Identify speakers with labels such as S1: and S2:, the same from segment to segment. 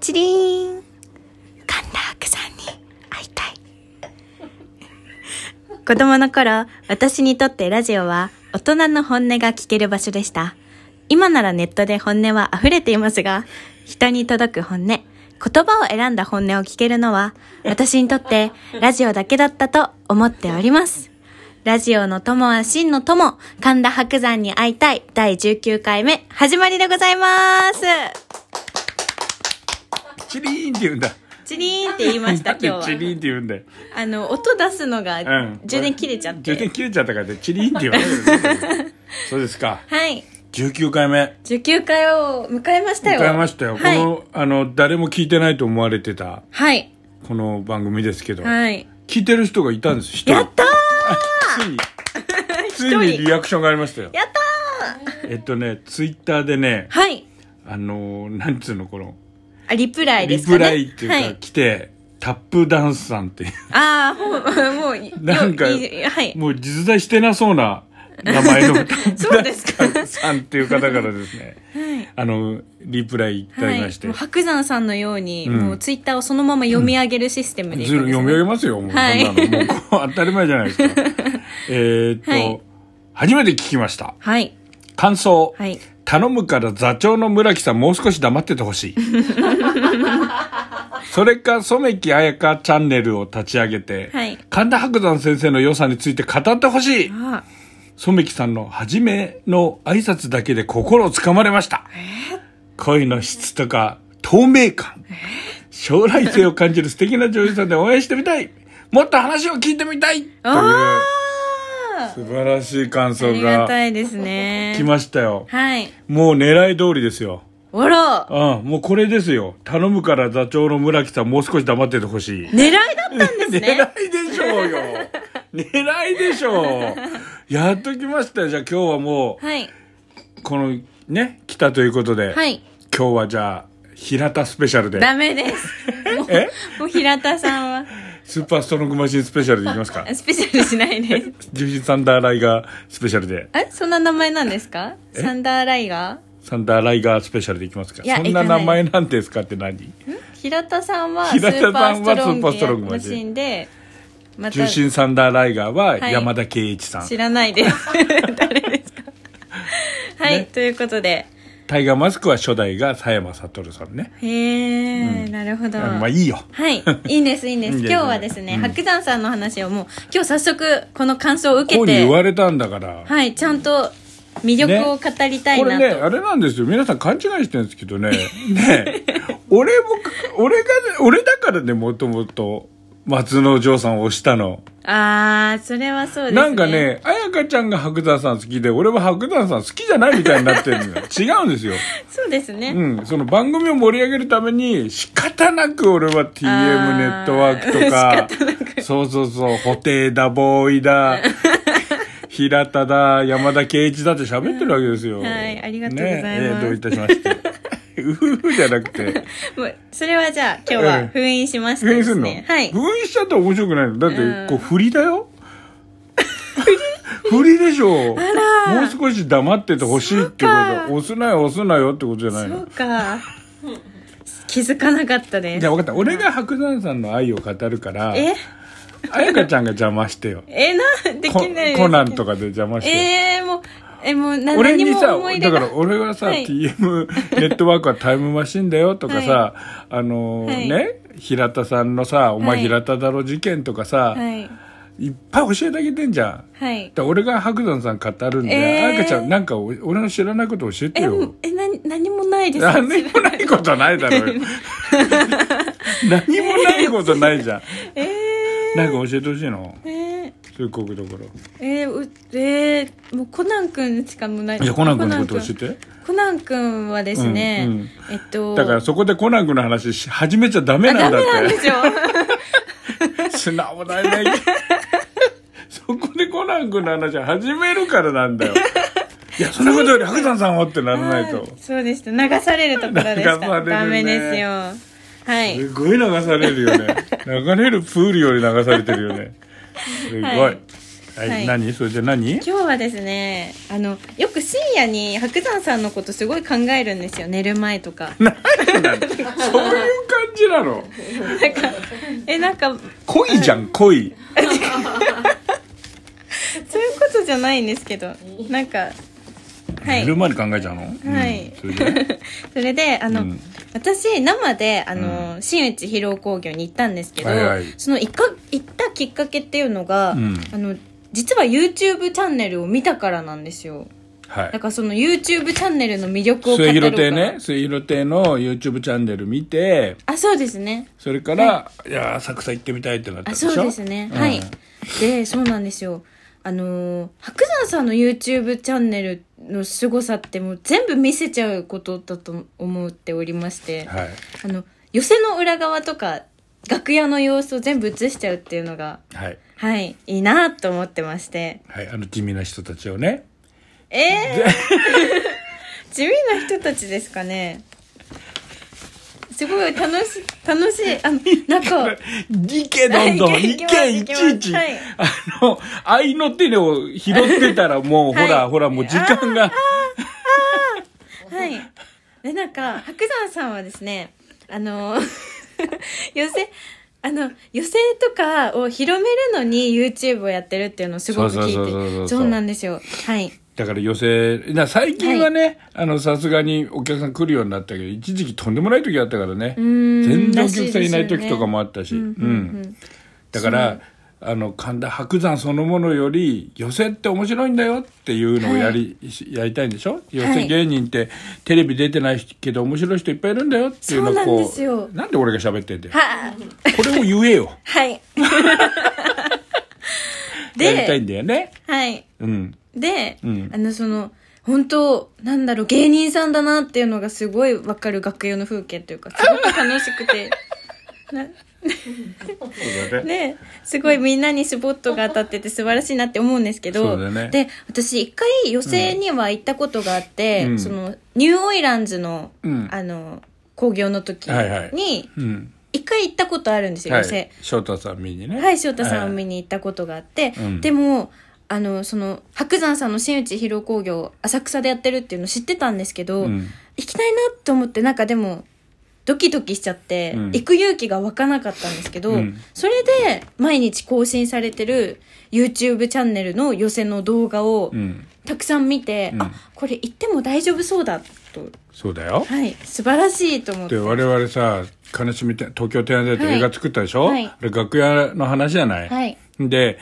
S1: チリーン神田伯さんに会いたい 子供の頃、私にとってラジオは大人の本音が聞ける場所でした。今ならネットで本音は溢れていますが、人に届く本音、言葉を選んだ本音を聞けるのは、私にとってラジオだけだったと思っております。ラジオの友は真の友、神田伯山に会いたい第19回目、始まりでございます。
S2: チリーンって言うんだ。
S1: チリーンって言いました、
S2: なん
S1: 今日
S2: で
S1: は。
S2: チリーンって言うんだよ。
S1: あの、音出すのが
S2: うん。
S1: 充電切れちゃって。
S2: 充電切れちゃったからでチリーンって言われる よね。そうですか。
S1: はい。
S2: 19回目。
S1: 19回を迎えましたよ。
S2: 迎えましたよ。
S1: はい。
S2: この、あの、誰も聞いてないと思われてた、
S1: はい。
S2: この番組ですけど、
S1: はい。
S2: 聞いてる人がいたんです、一人。
S1: やったー
S2: ついに、ついにリアクションがありましたよ。
S1: やったー
S2: えっとね、ツイッターでね、
S1: はい。
S2: あのー、なんつうの、この、
S1: あ、リプライで
S2: リ
S1: すかね。
S2: プライっていうか、
S1: はい。
S2: 来て、タップダンスさんっていう、
S1: ああ、もう、もう、
S2: なんか
S1: よいはい。
S2: もう実在してなそうな名前のタッ プ
S1: そう
S2: ダ
S1: で
S2: ン
S1: すか
S2: スさんっていう方からですね、あの、リプライいた
S1: は
S2: だ
S1: い。
S2: き
S1: も
S2: まして、
S1: う白山さんのように、
S2: ん
S1: もうツイッターをそのまま読み上げるシステムでいく
S2: ず
S1: ん
S2: る
S1: ですね
S2: 読み上げますよ、もう、
S1: はい
S2: そんなの。もうこう、当たり前じゃないです か。えーっと、
S1: はい
S2: 初めて聞きました。
S1: はい。
S2: 感想。
S1: はい
S2: 頼むから座長の村木さんもう少し黙っててほし い。それか、染木彩香チャンネルを立ち上げて、
S1: はい
S2: 神田伯山先生の良さについて語ってほしい。
S1: あ
S2: 染木さんの初めの挨拶だけで心をつかまれました。恋の質とか透明感。将来性を感じる素敵な女優さんで応援してみたい。もっと話を聞いてみたいという
S1: ああ
S2: 素晴らしい感
S1: あ
S2: 想
S1: りが
S2: が
S1: たいですね
S2: 来。ましたよ。
S1: はい。
S2: もう狙い通りですよ。
S1: おら
S2: うん、もうこれですよ。頼むから座長の村木さんもう少し黙っててほしい。
S1: 狙いだったんです
S2: 狙
S1: ね。
S2: いでしょうよ。狙いでしょう。やっときましたよ。じゃあ今日はも
S1: はい。
S2: う、このね、来たということで、
S1: はい。
S2: 今日はじゃあ、平田スペシャルで、
S1: ダメです。も
S2: え
S1: う、もう平田さんは、
S2: スーパーストロングマシンスペシャルでいき ますか。
S1: スペシャルしないです。
S2: ジューシーサンダーライガースペシャルで、
S1: えそんな名前なんですかサンダーライガー
S2: サンダーライガースペシャルでいきますか。
S1: いや
S2: そんない
S1: かない
S2: 名前なんですかって何
S1: 平田さんはス
S2: 平田さ
S1: ー
S2: ん
S1: パースト
S2: は
S1: ロン
S2: スーパーストロン
S1: グ
S2: グ
S1: マ
S2: マ
S1: シ
S2: シ
S1: ンで、ま
S2: ジュー
S1: た
S2: シ
S1: 知
S2: ーサンダーライガーは山田圭一さん。
S1: らない です。誰ですかはい、
S2: ね
S1: ということで。
S2: タイガーマスクは初代が佐山悟さんね。
S1: へえ、なるほど。
S2: まあいいよ。
S1: はい、いいんです、いいんです。
S2: いい
S1: 今
S2: ん
S1: 日
S2: です
S1: はですね、白山さんの話をもう、今日早速、この感想を受
S2: こ
S1: け
S2: うに言
S1: て、
S2: われたんだから。
S1: はい、ちゃんと魅力を語りたい
S2: こ
S1: な
S2: れ
S1: と。
S2: ね、あれなんですよ。皆さん勘違いしてるんですけど ね。ね俺も、俺がね、俺だからね、もともと松之丞さんを推したの。
S1: あー、それはそうですね。
S2: なんか、ね、彩香ちゃんが白山さん好きで、俺は白山さん好きじゃないみたいになってるのよ。違うんですよ。
S1: そうですね。
S2: うん。その番組を盛り上げるために、仕方なく俺は TM ネットワークと
S1: あ
S2: か
S1: ー仕方な、
S2: そうそうそう、布袋だ、ボーイだ、 平田だ、山田圭一だって喋ってるわけですよ。
S1: はいありがとうございます
S2: ねえーどういたしまして。 うふふじゃなくて。
S1: もうそれはじゃあ今日は封印しました
S2: 封
S1: で
S2: 印す
S1: す
S2: んの
S1: ね。はい
S2: 封。印しちゃったら面白くないのだっ
S1: うん
S2: て、こう、振り だよ振り振りでしょもう少し黙っててほしいってこ
S1: そうか
S2: と。押すなよ、押すなよってことじゃないの
S1: そうか。気づかなかったで
S2: じ
S1: す
S2: ゃあ。分かった。俺が白山さんの愛を語るから、
S1: え。
S2: 彩香ちゃんが邪魔してよ
S1: え なんで
S2: コ
S1: きない
S2: コナンとかで邪魔してよ。
S1: えー、もうえもう
S2: 俺
S1: 何に
S2: に
S1: も
S2: さ、
S1: 思い出
S2: だか
S1: が
S2: ら俺はさ、
S1: はい
S2: TM ネットワークはタイムマシンだよとかさ、
S1: は
S2: あのー
S1: はい
S2: ね、平田さんのさ、お
S1: は
S2: 前
S1: い
S2: 平田だろ事件とかさ、
S1: はい
S2: い、っぱい教えてあげてんじゃん。だか
S1: はい
S2: ら俺が白山さん語るんで、
S1: えー
S2: 彩香ちゃんなんかお俺の知らないこと教えて
S1: え
S2: よ
S1: も。えな何もないです
S2: 何もないことない だろうよ。何もないことないじゃん。
S1: え
S2: なんか教えてほしいの
S1: ー、え
S2: そういう国どころ。
S1: ー、えー、うえー、もうコナンくんしかもうない
S2: いや、コナン君のこと
S1: コナン
S2: 教えて。
S1: 君コナンくんはですね、
S2: うんうん
S1: えっと
S2: だからそこでコナン君の話し始めちゃダメ
S1: あ
S2: な
S1: ダ
S2: んだ
S1: メなん
S2: っ
S1: ですよ
S2: て。素直だね。 そこでコナン君の話始めるからなん だよ。いや、そんなことより白山さんをってならないと
S1: は。 そうでした流されるところでした、
S2: 流されるね
S1: ダメですよはい
S2: すごい流されるよね。流れるプールより流されてるよね。すごい。
S1: は
S2: はいい、
S1: はい
S2: 何それじゃ何
S1: 今日はですねあのよく深夜に白山さんのことすごい考えるんですよ寝る前とか
S2: 何なんだそういうなの
S1: えなんか
S2: 恋じゃん恋
S1: そういうことじゃないんですけどなんかは
S2: 寝
S1: い
S2: る前に考えちゃうの
S1: はい
S2: うんそれで
S1: それであの、
S2: うん
S1: 私生であの、新内披露工業に行ったんですけど、
S2: はいはい
S1: その行か行ったきっかけっていうのが、
S2: うん
S1: あの実は YouTube チャンネルを見たからなんですよ
S2: は
S1: だか
S2: い
S1: らその YouTube チャンネルの魅力を語
S2: 末
S1: る
S2: 広亭ね末広亭の YouTube チャンネル見て
S1: あそうですね
S2: それから、い、やー浅草行ってみたいってなった
S1: あ
S2: でしょ
S1: そうですね、
S2: うん
S1: はいでそうなんですよあのー白山さんの YouTube チャンネルの凄さってもう全部見せちゃうことだと思っておりまして、
S2: はい
S1: あの寄せの裏側とか楽屋の様子を全部映しちゃうっていうのが
S2: はい
S1: はいいいなと思ってまして
S2: はいあの地味な人たちをね
S1: ええ ー、地味な人たちですかねすごい楽しい楽しいあのなんか
S2: いけどんどん、
S1: はい
S2: い
S1: いけいけ
S2: けいちい
S1: いけ
S2: ち、
S1: はい
S2: あの、愛の手を拾ってたらもう、
S1: はい
S2: ほら、ほら、もう時間が、
S1: はい。で、なんか、白山さんはですね、あの、 寄せ、あの、寄せとかを広めるのに YouTube をやってるっていうのをすごく
S2: そうそうそうそう
S1: 聞
S2: そ
S1: いうて、そうなんですよ。はい。
S2: だから寄せ、な最近はね、あの、さすがにお客さん来るようになったけど、一時期とんでもない時あったからね、
S1: ん
S2: 全然お客さんいない
S1: らしいですよね
S2: 時とかもあったし、
S1: うんう
S2: うんん。だから、あの神田伯山そのものより寄せって面白いんだよっていうのをやり、やりたいんでしょ寄
S1: は
S2: せ
S1: い
S2: 芸人ってテレビ出てないけど面白い人いっぱいいるんだよっていうのをこう
S1: そうなんですよ
S2: なんで俺が喋ってんだよ
S1: は、
S2: これを言えよ
S1: はい。
S2: やりた
S1: で、
S2: いんだよね
S1: はい。
S2: うん
S1: で、
S2: うん
S1: あの、その、本当なんだろう、芸人さんだなっていうのがすごいわかる学友の風景というか、すごく楽しく て。な
S2: そうだね
S1: ね、すごいみんなにスポットが当たってて素晴らしいなって思うんですけど、
S2: そうだね
S1: で私一回寄席には行ったことがあって、
S2: うん
S1: そのニューオイランズの、
S2: うん
S1: あの興行の時
S2: はいはい
S1: に
S2: うん
S1: 一回行ったことあるんですよ、
S2: は
S1: 寄席
S2: い翔太さん見にね
S1: はい翔太さんを
S2: はい
S1: 見に行ったことがあって、
S2: うん
S1: でもあのその白山さんの新内披露興行浅草でやってるっていうの知ってたんですけど、
S2: うん
S1: 行きたいなと思ってなんかでもドキドキしちゃって、
S2: うん
S1: 行く勇気が湧かなかったんですけど、
S2: うん
S1: それで毎日更新されてる YouTube チャンネルの寄せの動画を
S2: うん
S1: たくさん見て、
S2: うん
S1: あこれ行っても大丈夫そうだと
S2: そうだよ
S1: はい素晴らしいと思って
S2: で我々さ悲しみて東京提案でって映画作ったでしょ、
S1: はいはい
S2: あれ楽屋の話じゃない、
S1: はい
S2: で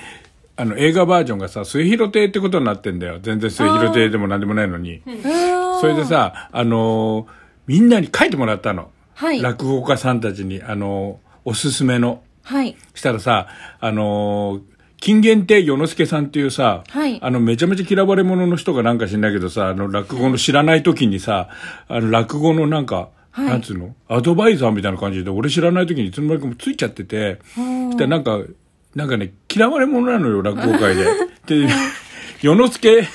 S2: あの映画バージョンがさ末広亭ってことになってんだよ全然末広亭でも何でもないのに
S1: そ
S2: それでさあのーみんなに書いてもらったの、
S1: はい
S2: 落語家さんたちにあのーおすすめの
S1: はい
S2: したらさ、あのー金元亭与之助さんっていうさ、
S1: はい
S2: あの、めちゃめちゃ嫌われ者の人がなんか知んないけどさ、あの、落語の知らない時にさ、あの、落語のなんか、
S1: はい
S2: なんつうのアドバイザーみたいな感じで、俺知らない時にいつの間にかもうついちゃってて、で、なんか、なんかね、嫌われ者なのよ、落語 界で。で、与之助、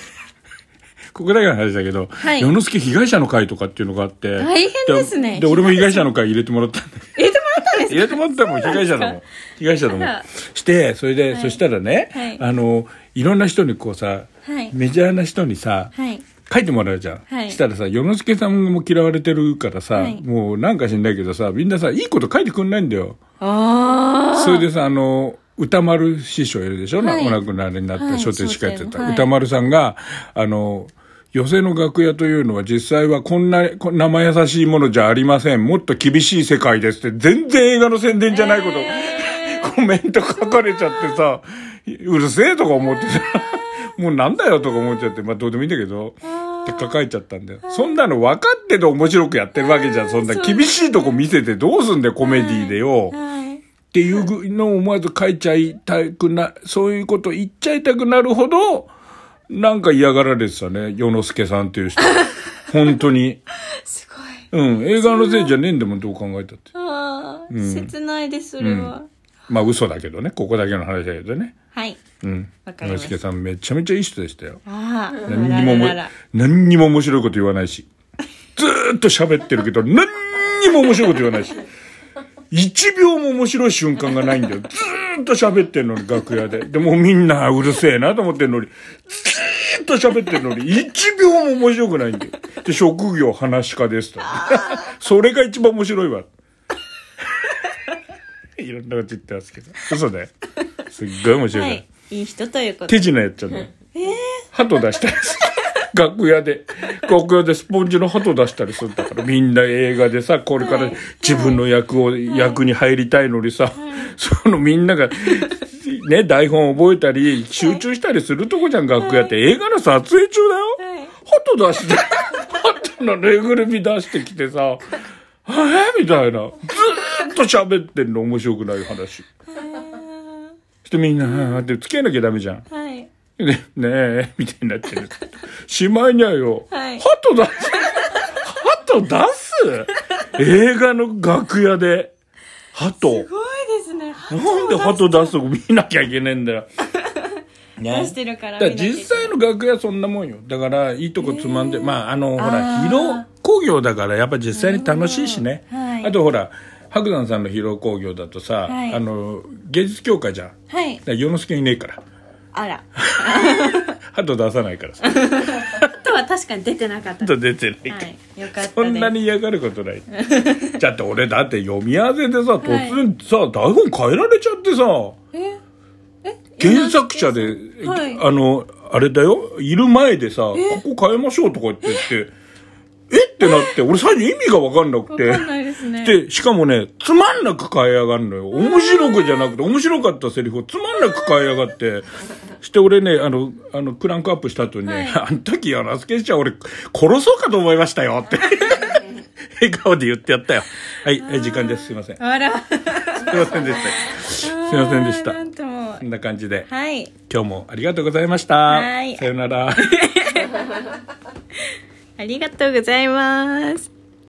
S2: ここだけの話だけど、
S1: はい
S2: 与之助被害者の会とかっていうのがあって。
S1: 大変ですね
S2: で、俺も被害者の会入れてもらったんだけど
S1: 入れてもらったんです
S2: 入れてもらったもん、被害者だもん。被害者だも
S1: あら
S2: ん。して、それで、そしたらね、
S1: はい
S2: あの、いろんな人にこうさ、
S1: はい
S2: メジャーな人にさ、
S1: はい
S2: 書いてもらうじゃん。
S1: はい
S2: したらさ、与之助さんも嫌われてるからさ、
S1: はい
S2: もうなんか知んないけどさ、みんなさ、いいこと書いてくんないんだよ。
S1: あ
S2: それでさ、あの、歌丸師匠いるでしょ、
S1: はい
S2: お亡くなりになっ
S1: は
S2: た
S1: い
S2: 書店司会やってた、
S1: 書店はい
S2: 歌丸さんが、あの、寄席の楽屋というのは実際はこんな、こんな生優しいものじゃありません。もっと厳しい世界ですって、全然映画の宣伝じゃないこと、コメント書かれちゃってさ、うるせえとか思ってさ、もうなんだよとか思っちゃって、まあどうでもいいんだけど、って書かれちゃったんだよ。そんなの分かってて面白くやってるわけじゃん。そんな
S1: そうです
S2: 厳しいとこ見せてどうすんだよ、コメディーでよ。
S1: ーはい
S2: っていうのを思わず書いちゃいたくな、そういうこと言っちゃいたくなるほど、なんか嫌がられてたね、与之助さんっていう人。 本当に。
S1: すごい
S2: うん、映画のせいじゃねえんだもん、どう考えたって。
S1: あー切ないですそれは、
S2: まあ嘘だけどね、ここだけの話だけどね。
S1: はい
S2: うん。
S1: わか
S2: 与
S1: りま
S2: 之
S1: した
S2: 助さんめちゃめちゃいい人でしたよ。
S1: ああ
S2: 何にもおも
S1: あらららら
S2: 何にも面白いこと言わないし。ずーっと喋ってるけど、何にも面白いこと言わないし。一秒も面白い瞬間がないんだよ。ずーっと喋ってんのに、楽屋で。でもうみんなうるせえなと思ってんのに、ずーっと喋ってんのに、一秒も面白くないんだよ。で、職業話し家ですと。それが一番面白いわ。いろんなこと言ってますけど。嘘だよ。すっごい面白い
S1: は
S2: から。
S1: い。いい人ということ
S2: 手
S1: で。
S2: 品やっちゃうの。え鳩出したりする。楽屋で、楽屋でスポンジの鳩出したりするんだから、みんな映画でさ、これから自分の役を、役に入りたいのにさ、そのみんなが、ね、台本覚えたり、集中したりするとこじゃん、楽屋って。映画の撮影中だよ。
S1: はい
S2: 鳩出して、鳩のぬいぐるみ出してきてさ、えーみたいな。ずーっと喋ってんの、面白くない話。そしてみんな、あーって付き合いなきゃダメじゃん。
S1: はい。
S2: で ねえ、みたいになってる。しまいにゃよ、
S1: はい
S2: 鳩出す鳩出す映画の楽屋で、鳩
S1: す。ごいですね。
S2: なんで鳩出すの見なきゃいけねえんだよ。ね
S1: 出してるから
S2: だから
S1: 見なきゃいけない
S2: 実際の楽屋そんなもんよだからいいとこつまんで、まああのほら
S1: あー
S2: 疲労工業だからやっぱ実際に楽しいしね、
S1: うんはい
S2: あとほら白山さんの疲労工業だとさ、
S1: はい
S2: あの芸術協会じゃんだか
S1: はい。
S2: ら世之助いねえから
S1: あ ら。
S2: 鳩出さないからさ
S1: とは確かに出てなかった。
S2: 鳩出てないから、
S1: はい。よかったです。
S2: そんなに嫌がるこ とないだって俺だって読み合わせでさ突然さ、台本変えられちゃってさ
S1: え。え
S2: 原作者で、
S1: はい
S2: あの、あれだよ、いる前でさ、ここ変えましょうとか言ってって、えってなって、俺最初意味がわかんなく
S1: わ
S2: て。
S1: かんないですね。
S2: で、しかもね、つまんなく変えやがんのよ。面白くじゃなくて、面白かったセリフをつまんなく変えやがって。して、俺ね、あの、あの、クランクアップした後にね、あの時、やらすけしちゃん、俺、殺そうかと思いましたよって。笑顔で言ってやったよ。はい、はい時間です。すいません。す
S1: あら。
S2: いませんでした。すいませんでした
S1: あーなんとも
S2: こ。んな感じで。
S1: はい。
S2: 今日もありがとうございました。
S1: はい
S2: さよなら。
S1: ありがとうございます。